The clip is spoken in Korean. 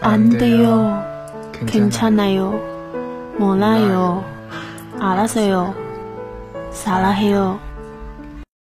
안 돼요. 괜찮아요. 몰라요. 알아서요. 사랑해요.